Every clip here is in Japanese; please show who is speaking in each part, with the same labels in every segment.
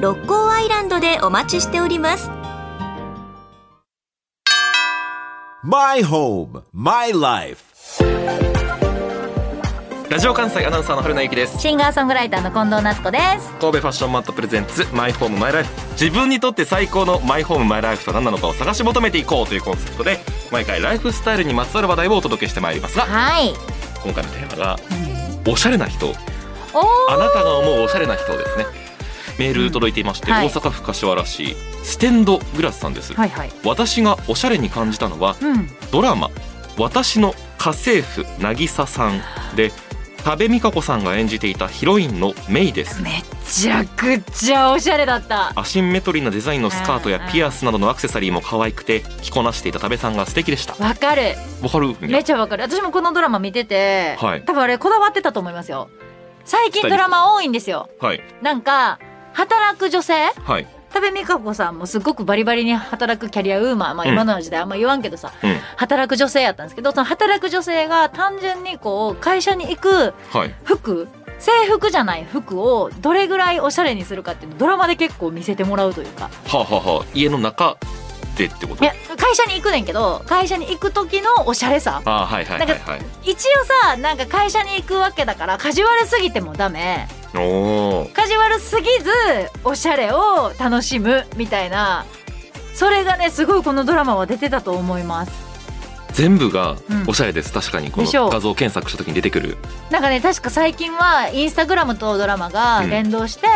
Speaker 1: 六甲アイランドでお待ちしております
Speaker 2: My home, my life.
Speaker 3: ラジオ関西アナウンサーの春名由紀です
Speaker 4: シンガーソングライターの近藤夏子です
Speaker 3: 神戸ファッションマートプレゼンツマイホームマイライフ自分にとって最高のマイホームマイライフとは何なのかを探し求めていこうというコンセプトで毎回ライフスタイルにまつわる話題をお届けしてまいりますが
Speaker 4: はい
Speaker 3: 今回のテーマがおしゃれな人
Speaker 4: お
Speaker 3: あなたが思うおしゃれな人ですねメール届いていまして、
Speaker 4: うんはい
Speaker 3: 大阪府柏原市ステンドグラスさんです、
Speaker 4: はいはい
Speaker 3: 私がおしゃれに感じたのは
Speaker 4: うん
Speaker 3: ドラマ「私の家政婦渚さん」で多部未華子さんが演じていたヒロインのメイです
Speaker 4: めちゃくちゃおしゃれだった
Speaker 3: アシンメトリーなデザインのスカートやピアスなどのアクセサリーも可愛くて着こなしていた多部さんが素敵でした
Speaker 4: わかる
Speaker 3: わかる
Speaker 4: めちゃわかる私もこのドラマ見てて、
Speaker 3: はい
Speaker 4: 多分あれこだわってたと思いますよ最近ドラマ多いんですよ
Speaker 3: はい
Speaker 4: なんか働く女性
Speaker 3: はい
Speaker 4: 多部未華子さんもすごくバリバリに働くキャリアウーマン、まあ、
Speaker 3: うん
Speaker 4: 今の時代あんま言わんけどさ、
Speaker 3: うん
Speaker 4: 働く女性やったんですけどその働く女性が単純にこう会社に行く
Speaker 3: はい
Speaker 4: 服制服じゃない服をどれぐらいおしゃれにするかっていうのをドラマで結構見せてもらうというか
Speaker 3: はあ、はあはあ、家の中でってこと
Speaker 4: いや会社に行くねんけど会社に行く時のおしゃれさ
Speaker 3: ああはいはいはいはい
Speaker 4: 一応さなんか会社に行くわけだからカジュアルすぎてもダメ
Speaker 3: おお
Speaker 4: カジュアルすぎずおしゃれを楽しむみたいなそれがねすごいこのドラマは出てたと思います
Speaker 3: 全部が
Speaker 4: うん
Speaker 3: おしゃれです、確かにこ
Speaker 4: でしょ
Speaker 3: の
Speaker 4: う
Speaker 3: 画像検索した時に出てくる
Speaker 4: なんかね確か最近はインスタグラムとドラマが連動して、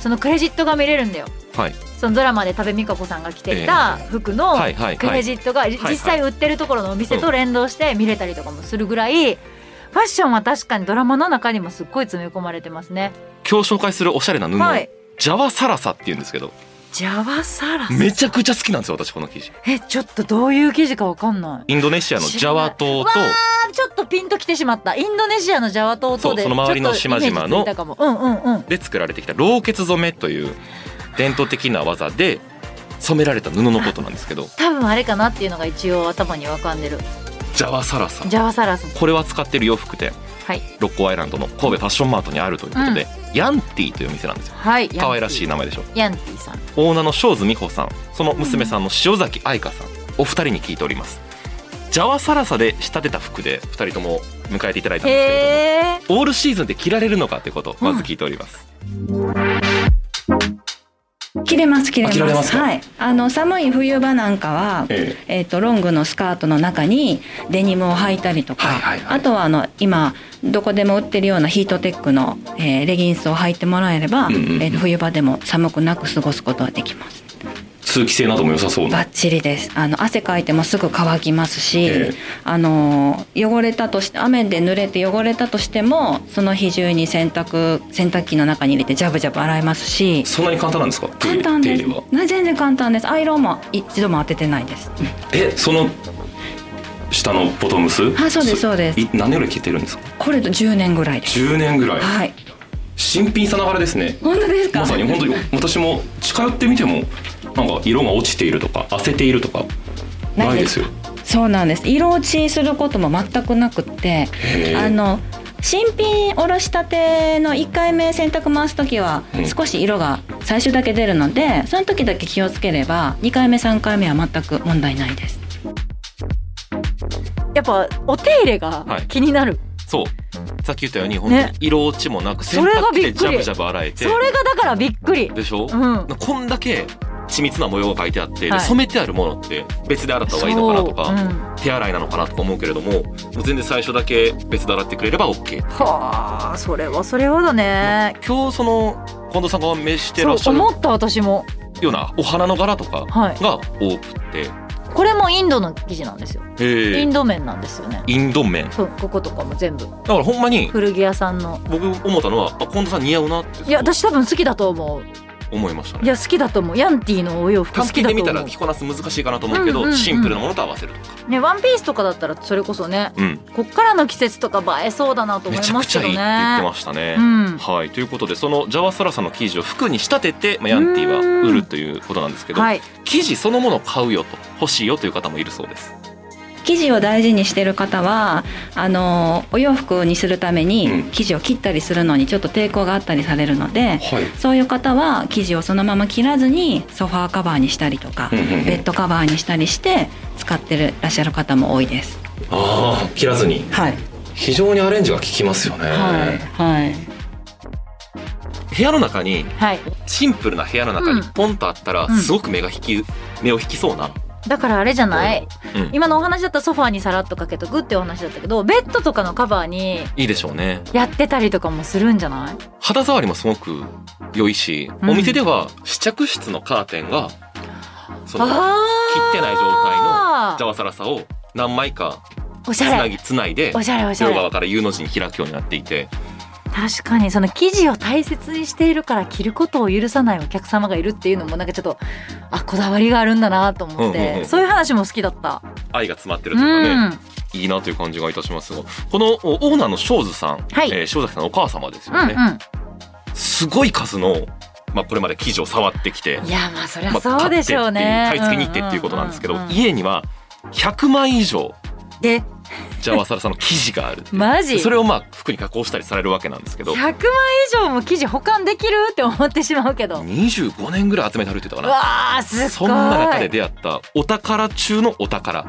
Speaker 4: そのクレジットが見れるんだよ
Speaker 3: はい
Speaker 4: そのドラマで多部未華子さんが着ていた服の
Speaker 3: はいはい
Speaker 4: ク
Speaker 3: は
Speaker 4: レ
Speaker 3: い
Speaker 4: ジットがじ
Speaker 3: はい
Speaker 4: 実際売ってるところのお店と連動して見れたりとかもするぐらいファッションは確かにドラマの中にもすっごい詰め込まれてますね。
Speaker 3: 今日紹介するおしゃれな布、
Speaker 4: はい。
Speaker 3: ジャワサラサって言うんですけど
Speaker 4: ジャワサラサ
Speaker 3: めちゃくちゃ好きなんですよ私この生地
Speaker 4: えちょっとどういう記事かわかんない。
Speaker 3: インドネシアのジャワ島と
Speaker 4: 知らないあちょっとピンときてしまったインドネシアのジャワ島
Speaker 3: そ
Speaker 4: と
Speaker 3: う
Speaker 4: で
Speaker 3: その周りの
Speaker 4: ちょっとイメージ
Speaker 3: 島々の
Speaker 4: ついたかもうんうんうん
Speaker 3: で作られてきた老血染めという伝統的な技で染められた布のことなんですけど
Speaker 4: 多分あれかなっていうのが一応頭に浮かんでる
Speaker 3: ジャワサラサ
Speaker 4: ジャワサラサ
Speaker 3: これは使ってる洋服店
Speaker 4: はい
Speaker 3: 六甲アイランドの神戸ファッションマートにあるということで、ヤンティというお店なんですよ
Speaker 4: はい
Speaker 3: 可愛らしい
Speaker 4: い
Speaker 3: 名前でしょ
Speaker 4: ヤンティさん
Speaker 3: オーナーの庄司美穂さんその娘さんの塩崎愛香さんお二人に聞いておりますジャワサラサで仕立てた服で二人とも迎えていただいたんですけれ
Speaker 4: へえ
Speaker 3: どもオールシーズンで着られるのかってことをまず聞いております、
Speaker 5: 切れます切れ
Speaker 3: あ
Speaker 5: ます
Speaker 3: 切られますか
Speaker 5: はいあの寒い冬場なんかは、え
Speaker 3: え
Speaker 5: っとロングのスカートの中にデニムを履いたりとか、
Speaker 3: はいはいはい
Speaker 5: あとはあの今どこでも売ってるようなヒートテックの、えーレギンスを履いてもらえれば、
Speaker 3: うんうんうん
Speaker 5: えっと冬場でも寒くなく過ごすことはできます
Speaker 3: 通気性なども良さそう
Speaker 5: バッチリですあの汗かいてもすぐ乾きますし、
Speaker 3: ええ
Speaker 5: あの汚れたとして雨で濡れて汚れたとしてもその日中に洗濯洗濯機の中に入れてジャブジャブ洗えますし
Speaker 3: そんなに簡単なんですか
Speaker 5: 簡単です。な全然簡単です。アイロンも一度も当ててないです。
Speaker 3: えその下のボトムス
Speaker 5: あそうですそうです
Speaker 3: い何年ぐらい着てるんですか
Speaker 5: これと10年ぐらいです。
Speaker 3: 10年ぐらい
Speaker 5: はい。
Speaker 3: 新品さながらですね
Speaker 5: 本当ですか。
Speaker 3: まさに本当に私も近寄ってみてもなんか色が落ちているとか焦っているとかないですよ
Speaker 5: そうなんです。色落ちすることも全くなくって、
Speaker 3: へ
Speaker 5: あ
Speaker 3: え
Speaker 5: の新品おろしたての1回目洗濯回す時は
Speaker 3: うん
Speaker 5: 少し色が最初だけ出るので、その時だけ気をつければ2回目3回目は全く問題ないです。
Speaker 4: やっぱお手入れが
Speaker 3: はい
Speaker 4: 気になる、
Speaker 3: そうさっき言ったように本当
Speaker 4: ね
Speaker 3: に色落ちもなく洗
Speaker 4: それが
Speaker 3: 濯機
Speaker 4: び
Speaker 3: で
Speaker 4: っくり
Speaker 3: ジャブジャブ洗え
Speaker 4: そ
Speaker 3: て
Speaker 4: れがだからびっくり
Speaker 3: でしょ、
Speaker 4: うん
Speaker 3: こんだけ緻密な模様が書いてあって、で
Speaker 4: はい
Speaker 3: 染めてあるものって別で洗った方がいいのかなとか、
Speaker 4: そううん
Speaker 3: 手洗いなのかなとか思うけれどももう全然最初だけ別で洗ってくれれば OK
Speaker 4: はあそれはそれはだね
Speaker 3: 今日その近藤さんが召してら
Speaker 4: そ
Speaker 3: っ
Speaker 4: う
Speaker 3: しゃる
Speaker 4: 思った私も
Speaker 3: ようなお花の柄とか
Speaker 4: はい
Speaker 3: が多くて、
Speaker 4: これもインドの生地なんですよ
Speaker 3: へえ
Speaker 4: インド麺なんですよね
Speaker 3: インド麺だ
Speaker 4: そうこことかも全部
Speaker 3: からほんまに
Speaker 4: 古着屋さんの
Speaker 3: 僕思ったのはあ近藤さん似合うなって
Speaker 4: いや私多分好きだと思う
Speaker 3: 思いました
Speaker 4: い
Speaker 3: ね
Speaker 4: や好きだと思うヤンティのお洋服好
Speaker 3: 単
Speaker 4: き
Speaker 3: 品
Speaker 4: だ
Speaker 3: で
Speaker 4: と
Speaker 3: 見た
Speaker 4: 思
Speaker 3: ら
Speaker 4: う
Speaker 3: 着こなす難しいかなと思うけど、
Speaker 4: うんうんうん
Speaker 3: シンプルなものと合わせるとか
Speaker 4: ねワンピースとかだったらそれこそね
Speaker 3: うん
Speaker 4: こっからの季節とか映えそうだなと思
Speaker 3: め
Speaker 4: い
Speaker 3: ちゃ
Speaker 4: ま
Speaker 3: く
Speaker 4: す
Speaker 3: ち
Speaker 4: け
Speaker 3: ゃい
Speaker 4: ど
Speaker 3: いっ
Speaker 4: ね
Speaker 3: て言ってましたね、
Speaker 4: うん
Speaker 3: はいということでそのジャワサラさんの生地を服に仕立てて、まあ、ヤンティは売るということなんですけど、
Speaker 4: はい
Speaker 3: 生地そのものを買うよと欲しいよという方もいるそうです
Speaker 5: 生地を大事にしてる方はあのお洋服にするため
Speaker 3: う
Speaker 5: に
Speaker 3: ん
Speaker 5: 生地を切ったりするのにちょっと抵抗があったりされるの
Speaker 3: は
Speaker 5: で、
Speaker 3: い
Speaker 5: そういう方は生地をそのまま切らずにソファーカバーにしたりとか、
Speaker 3: うんうんうん
Speaker 5: ベッドカバーにしたりして使ってるらっしゃる方も多いです。
Speaker 3: ああ切らずに
Speaker 5: はい、
Speaker 3: 非常にアレンジが効きますよね、
Speaker 5: はい、はい。
Speaker 3: 部屋の中に
Speaker 4: はい
Speaker 3: シンプルな部屋の中に
Speaker 4: うん
Speaker 3: ポンとあったら
Speaker 4: うん
Speaker 3: すごく目が引き、目を引きそうな、
Speaker 4: だからあれじゃない
Speaker 3: うん、
Speaker 4: 今のお話だったらソファーにさらっとかけとくっていうお話だったけどベッドとかのカバーに
Speaker 3: いいでしょうね
Speaker 4: やってたりとかもするんじゃない
Speaker 3: 肌触りもすごく良いし、
Speaker 4: うん
Speaker 3: お店では試着室のカーテンがその
Speaker 4: あ
Speaker 3: 切ってない状態の
Speaker 4: あ
Speaker 3: ジャワサラサを何枚か
Speaker 4: おし
Speaker 3: つ
Speaker 4: ゃ
Speaker 3: な
Speaker 4: れ
Speaker 3: ぎつないで
Speaker 4: おしゃれおしゃ
Speaker 3: 両
Speaker 4: れ
Speaker 3: 側から U の字に開くようになっていて
Speaker 4: 確かにその生地を大切にしているから着ることを許さないお客様がいるっていうのもなんかちょっとあこだわりがあるんだなと思って、
Speaker 3: うんうんうん
Speaker 4: そういう話も好きだった。
Speaker 3: 愛が詰まって
Speaker 4: う
Speaker 3: るというかね、
Speaker 4: ん
Speaker 3: いいなという感じがいたしますがこのおオーナーの庄司さん、
Speaker 4: はい
Speaker 3: えー庄崎さんのお母様です
Speaker 4: うん
Speaker 3: よね、
Speaker 4: う
Speaker 3: すごい数の、まあ、これまで生地を触ってきて
Speaker 4: ん、いやまあそり
Speaker 3: ま
Speaker 4: ゃ
Speaker 3: あ
Speaker 4: そうでしょうね。
Speaker 3: 買ってっていう買い付けに行ってっていうことなんですけど、
Speaker 4: うううん
Speaker 3: 家には100枚以上
Speaker 4: で
Speaker 3: ジャワサラさんの生地がある
Speaker 4: マジ
Speaker 3: それをまあ服に加工したりされるわけなんですけど
Speaker 4: 100枚以上も生地保管できるって思ってしまうけど。
Speaker 3: 25年ぐらい集めて歩いてたか
Speaker 4: う
Speaker 3: な
Speaker 4: わーすごい。
Speaker 3: そんな中で出会ったお宝中のお宝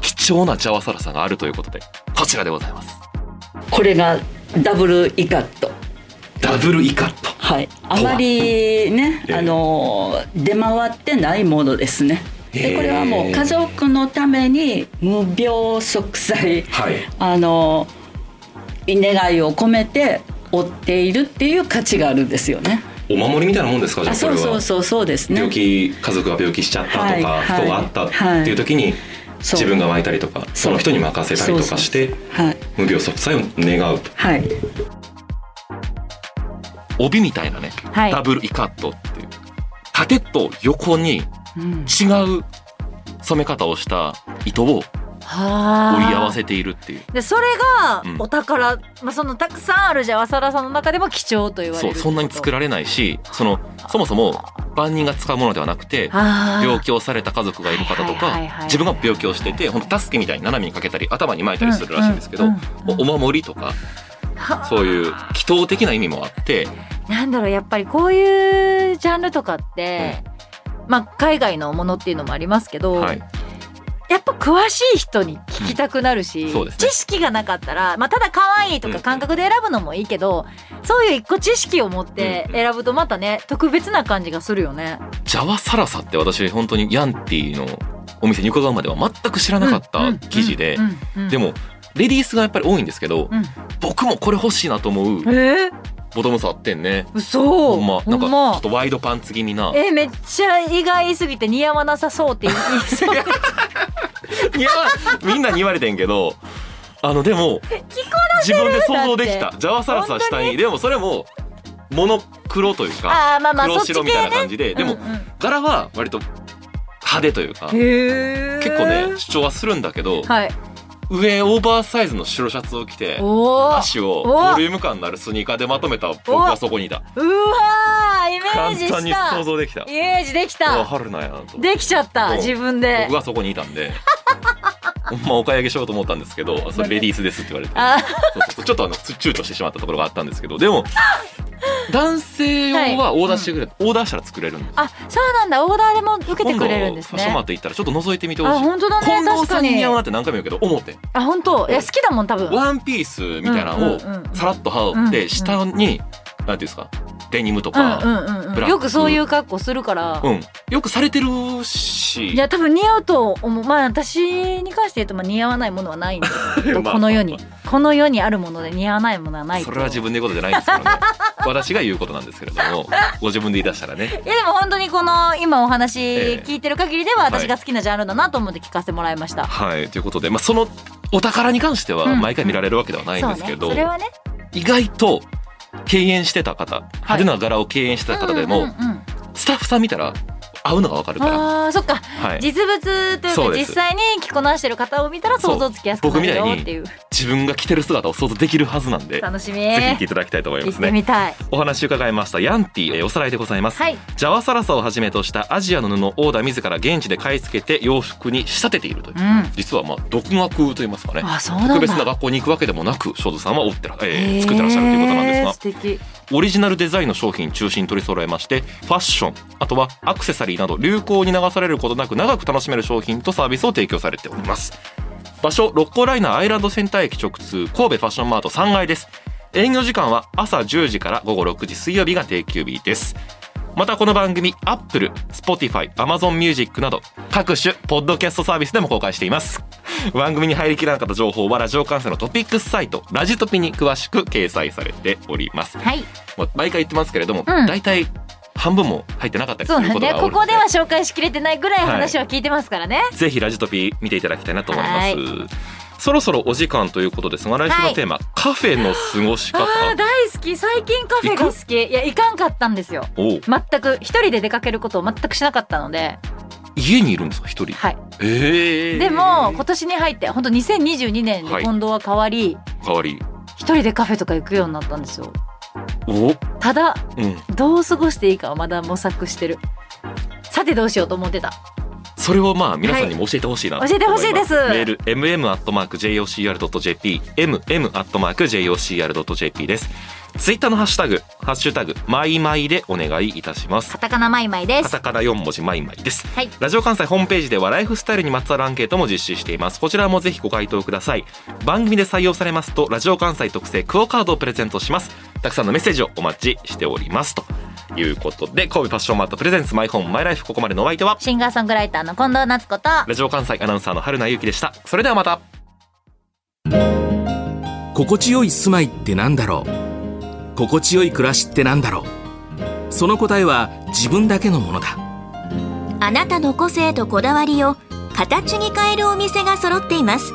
Speaker 3: 貴重なジャワサラさがあるということでこちらでございます
Speaker 6: これがダブルイカット。
Speaker 3: ダブルイカット
Speaker 6: はい。あまりね、
Speaker 3: え
Speaker 6: あの出回ってないものですね。
Speaker 3: へー
Speaker 6: でこれはもう家族のために無病息災
Speaker 3: はい
Speaker 6: あの願いを込めて追っているっていう価値があるんですよね。
Speaker 3: お守りみたいなもんですかじ
Speaker 6: あ、
Speaker 3: ゃあこ
Speaker 6: そ
Speaker 3: れ
Speaker 6: うそう
Speaker 3: は
Speaker 6: そうそうですね。
Speaker 3: 病気家族が病気しちゃったとか
Speaker 6: はい
Speaker 3: 不幸があったっていう時に
Speaker 6: そう
Speaker 3: 自分が巻いたりとかその人に任せたりとかして
Speaker 6: はい
Speaker 3: 無病息災を願うと
Speaker 6: はい。
Speaker 3: 帯みたいなね
Speaker 4: はい
Speaker 3: ダブルイカットっていう縦と横に違
Speaker 6: うん
Speaker 3: う染め方をした糸を
Speaker 4: は
Speaker 3: 織
Speaker 4: ー
Speaker 3: り合わせているっていう
Speaker 4: でそれが
Speaker 3: うん
Speaker 4: お宝、まあ、そのたくさんあるじゃわさらさんの中でも貴重と言われ
Speaker 3: そ
Speaker 4: る
Speaker 3: うそんなに作られないしそのそもそも万人が使うものではなくて病
Speaker 4: 病
Speaker 3: 気をされた家族がいる方と
Speaker 4: はいはいはい
Speaker 3: か
Speaker 4: はい
Speaker 3: 自分が病気をしてて本当助けみたいに斜めにかけたり頭に巻いたりするらしいんですけど
Speaker 4: うんうんうん
Speaker 3: おお守りとかそういう祈祷的な意味もあって
Speaker 4: なんだろうやっぱりこういうジャンルとかって、まあ、海外のものっていうのもありますけど、
Speaker 3: はい
Speaker 4: やっぱ詳しい人に聞きたくなるし、
Speaker 3: うんそうですね
Speaker 4: 知識がなかったら、まあ、ただ可愛いと
Speaker 3: うんう
Speaker 4: か
Speaker 3: ん
Speaker 4: 感覚で選ぶのもいいけど、そういう一個知識を持って
Speaker 3: うんうん
Speaker 4: 選ぶとまたね特別な感じがするよね。
Speaker 3: ジャワサラサって私本当にヤンティのお店に伺うまでは全く知らなかった生地で
Speaker 4: うんうんうんうん
Speaker 3: でもレディースがやっぱり多いんですけど
Speaker 4: うん
Speaker 3: 僕もこれ欲しいなと思う
Speaker 4: えー、
Speaker 3: ボトムスあってんね
Speaker 4: 嘘
Speaker 3: ほんまなんか
Speaker 4: ほ
Speaker 3: ち
Speaker 4: ん
Speaker 3: ょ
Speaker 4: ま
Speaker 3: っとワイドパンツ気味な
Speaker 4: えめっちゃ意外すぎて似合わなさそうって言いそう 聞こ
Speaker 3: いやみんなに言われてんけどあのでも自分で想像でき
Speaker 4: だった
Speaker 3: ジャワサラサ下にでもそれもモノクロというか
Speaker 4: ああまあまあ
Speaker 3: 黒
Speaker 4: そっち系
Speaker 3: 白みたいな
Speaker 4: ね
Speaker 3: 感じで、でも
Speaker 4: うんうん
Speaker 3: 柄は割と派手というか結
Speaker 4: へー
Speaker 3: 構ね主張はするんだけど
Speaker 4: はい
Speaker 3: 上オーバーサイズの白シャツを着て
Speaker 4: おお
Speaker 3: 足をボリューム感のあるスニーカーでまとめた僕はそこにいた
Speaker 4: うわーイメー
Speaker 3: 簡
Speaker 4: ジした
Speaker 3: 単に想像できた
Speaker 4: イメージでき
Speaker 3: うわ
Speaker 4: た
Speaker 3: 春菜やなと
Speaker 4: できちゃった自分で
Speaker 3: 僕はそこにいたんでほんまお買い上げしようと思ったんですけど「それレディースです」って言われて
Speaker 4: あ
Speaker 3: そうそうそうちょっとあの躊躇してしまったところがあったんですけどでも男性用はオーダーしてくれ、オーダーしたら作れるんです
Speaker 4: あそうなんだオーダーでも受けてくれるんです
Speaker 3: 今度ファッションマー
Speaker 4: ね
Speaker 3: ト行ったらちょっと覗いてみてほ
Speaker 4: あ
Speaker 3: しい
Speaker 4: 本当だね
Speaker 3: 近
Speaker 4: 確
Speaker 3: 藤さ
Speaker 4: か
Speaker 3: んに
Speaker 4: に
Speaker 3: 似合うなって何回も言うけど思って
Speaker 4: あ本当いや好きだもん多分
Speaker 3: ワンピースみたいなのを
Speaker 4: うんうんうんうん
Speaker 3: さらっと羽織っ
Speaker 4: うんう
Speaker 3: て
Speaker 4: ん
Speaker 3: 下に何ていうんですかデニムと
Speaker 4: うんう
Speaker 3: か、
Speaker 4: んうん
Speaker 3: ブラッ
Speaker 4: うん
Speaker 3: ク
Speaker 4: よくそういう格好するから
Speaker 3: うんよくされてるし
Speaker 4: いや多分似合うと思うまあ私に関して言うとまあ似合わないものはないんですけ ど
Speaker 3: まあ
Speaker 4: この世にこの世にあるもので似合わないものはない
Speaker 3: それは自
Speaker 4: 分
Speaker 3: 分で言うことじゃないんですけど ね私が言うことなんですけれどもご自分で言い出したらね
Speaker 4: いやでも本当にこの今お話
Speaker 3: ええ
Speaker 4: 聞いてる限りでは私が好きなジャンルだなと思って聞かせてもらいました、
Speaker 3: はいということで、まあ、そのお宝に関しては毎回見られるわけではないん
Speaker 4: そう
Speaker 3: で
Speaker 4: ね
Speaker 3: すけど、
Speaker 4: それはね
Speaker 3: 意外と敬遠してた方派手な柄を敬遠してた方でも、
Speaker 4: うんうんうん
Speaker 3: スタッフさん見たら合うのがわかるから
Speaker 4: あーそっか、
Speaker 3: はい
Speaker 4: 実物という
Speaker 3: そう
Speaker 4: か
Speaker 3: です
Speaker 4: 実際に着こなしてる方を見たら想像つきやすくなるよっていう
Speaker 3: 自分が着てる姿を想像できるはずなんで、
Speaker 4: 楽しみ
Speaker 3: ぜひ見てい
Speaker 4: 行
Speaker 3: ただきたいと思いま
Speaker 4: っ
Speaker 3: す
Speaker 4: て
Speaker 3: ね
Speaker 4: みたい
Speaker 3: お話伺いましたヤンティ、えーおさらいでございます、
Speaker 4: はい
Speaker 3: ジャワサラサをはじめとしたアジアの布をオーダー自ら現地で買い付けて洋服に仕立てているという、
Speaker 4: うん
Speaker 3: 実はまあ独学といいますかね
Speaker 4: あそうなんだ
Speaker 3: 特別な学校に行くわけでもなくショーズさんは折ってら、えー
Speaker 4: へー
Speaker 3: 作ってらっしゃるということなんですが
Speaker 4: 素敵
Speaker 3: オリジナルデザインの商品中心に取り揃えましてファッションあとはアクセサリーなど流行に流されることなく長く楽しめる商品とサービスを提供されております場所六甲ライナーアイランドセンター駅直通神戸ファッションマート3階です営業時間は朝10時から午後6時水曜日が定休日ですまたこの番組 Apple、Spotify、Amazon Music など各種ポッドキャストサービスでも公開しています番組に入りきらなかった情報はラジオ関西のトピックスサイトラジトピに詳しく掲載されております
Speaker 4: はい
Speaker 3: まあ、毎回言ってますけれども、
Speaker 4: うん
Speaker 3: 大体半分も入ってなかったりす
Speaker 4: そう
Speaker 3: る
Speaker 4: な
Speaker 3: こ
Speaker 4: ん
Speaker 3: と
Speaker 4: で
Speaker 3: が多い
Speaker 4: ここでは紹介しきれてないぐらい
Speaker 3: はい
Speaker 4: 話は聞いてますからね、
Speaker 3: ぜひラジトピ見ていただきたいなと思います、
Speaker 4: はい
Speaker 3: そろそろお時間ということですが来週のテーマ、カフェの過ごし方
Speaker 4: あー大好き最近カフェが好きいや行かんかったんですよ
Speaker 3: おう
Speaker 4: 全く一人で出かけることを全くしなかったので
Speaker 3: 家にいるんですか一人
Speaker 4: はい
Speaker 3: ええ
Speaker 4: でも今年に入って本当2022年で
Speaker 3: はい
Speaker 4: 近藤は変わり
Speaker 3: 代わり
Speaker 4: 一、人でカフェとか行くようになったんですよ
Speaker 3: お
Speaker 4: ただ
Speaker 3: うん
Speaker 4: どう過ごしていいかはまだ模索してるさてどうしようと思ってた
Speaker 3: それをまあ皆さんにも教えてほしいなと
Speaker 4: はい
Speaker 3: 思ま、
Speaker 4: 教えてほしいです
Speaker 3: メール mm.jocr.jp mm.jocr.jp ですツイッターのハッシュタグ「ハッシュタグマイマイ」でお願いいたします
Speaker 4: カタカナマイマイで
Speaker 3: カ
Speaker 4: す
Speaker 3: タカナ4文字マイマイです、
Speaker 4: はい
Speaker 3: ラジオ関西ホームページではライフスタイルにまつわるアンケートも実施していますこちらもぜひご回答ください番組で採用されますとラジオ関西特製クオカードをプレゼントしますたくさんのメッセージをお待ちしておりますということで神戸ファッションマートプレゼンツマイホームマイライフここまでのお相手は
Speaker 4: シンガーソングライターの近藤夏子と
Speaker 3: ラジオ関西アナウンサーの春名由紀でしたそれではまた
Speaker 7: 心地よい住まいってなんだろう心地よい暮らしってなんだろうその答えは自分だけのものだ
Speaker 1: あなたの個性とこだわりを形に変えるお店が揃っています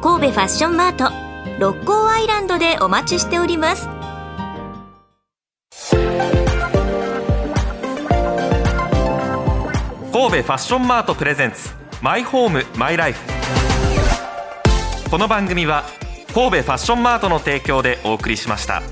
Speaker 1: 神戸ファッションマート六甲アイランドでお待ちしております
Speaker 3: 神戸ファッションマートプレゼンツマイホームマイライフこの番組は神戸ファッションマートの提供でお送りしました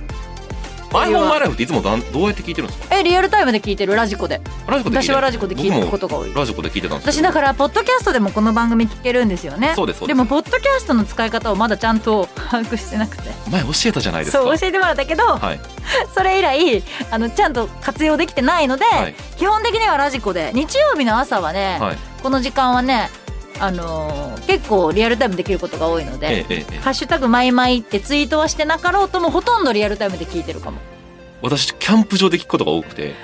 Speaker 3: マイホームマイライフっていつもどんどうやって聞いてるんですか
Speaker 4: えリアルタイムで聞いてるラジコで
Speaker 3: ラジコで聞いてる
Speaker 4: 私はラジコで聞いたことが多い
Speaker 3: 僕もラジコで聞いてたんです
Speaker 4: 私
Speaker 3: けど
Speaker 4: だからポッドキャストでもこの番組聞けるんですよね
Speaker 3: そうですそうです
Speaker 4: でもポッドキャストの使い方をまだちゃんと把握してなくて
Speaker 3: 前教えたじゃないですか
Speaker 4: そう教えてもらったけど、
Speaker 3: はい
Speaker 4: それ以来あのちゃんと活用できてないので、
Speaker 3: はい
Speaker 4: 基本的にはラジコで日曜日の朝はね、
Speaker 3: はい
Speaker 4: この時間はね、あのー結構リアルタイムできることが多いの
Speaker 3: え
Speaker 4: で
Speaker 3: えええええ
Speaker 4: 「ハッシュタグマイマイ」ってツイートはしてなかろうともほとんどリアルタイムで聞いてるかも。
Speaker 3: 私キャンプ場で聞くことが多くて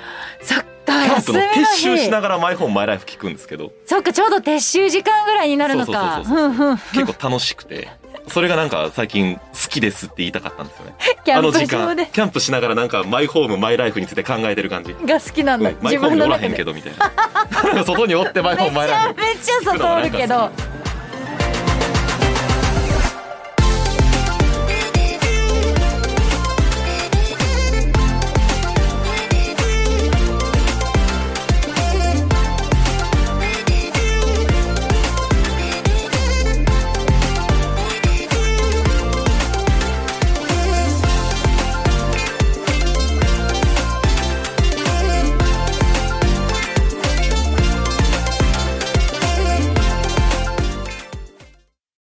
Speaker 4: そっ
Speaker 3: キ
Speaker 4: か
Speaker 3: ャンプ
Speaker 4: 休み
Speaker 3: の
Speaker 4: の
Speaker 3: 撤収し
Speaker 4: 日
Speaker 3: ながらマイホームマイライフ聞くんですけど
Speaker 4: そっかちょうど撤収時間ぐらいになるのか
Speaker 3: そうそう
Speaker 4: うんうん
Speaker 3: 結構楽しくてそれがなんか最近好きですって言いたかったんですよね
Speaker 4: キ
Speaker 3: あ
Speaker 4: ャ
Speaker 3: の
Speaker 4: ンプ
Speaker 3: 時
Speaker 4: 場
Speaker 3: 間
Speaker 4: で
Speaker 3: キャンプしながらなんかマイホームマイライフについて考えてる感じ
Speaker 4: が好きなんだ、
Speaker 3: マイ
Speaker 4: 自
Speaker 3: ホーム
Speaker 4: 分
Speaker 3: に
Speaker 4: の
Speaker 3: おら
Speaker 4: 中
Speaker 3: へん
Speaker 4: でめ
Speaker 3: け
Speaker 4: ち
Speaker 3: どみたいな外におってマイホー
Speaker 4: ゃ
Speaker 3: ムマイライフ
Speaker 4: めちゃ外おるけど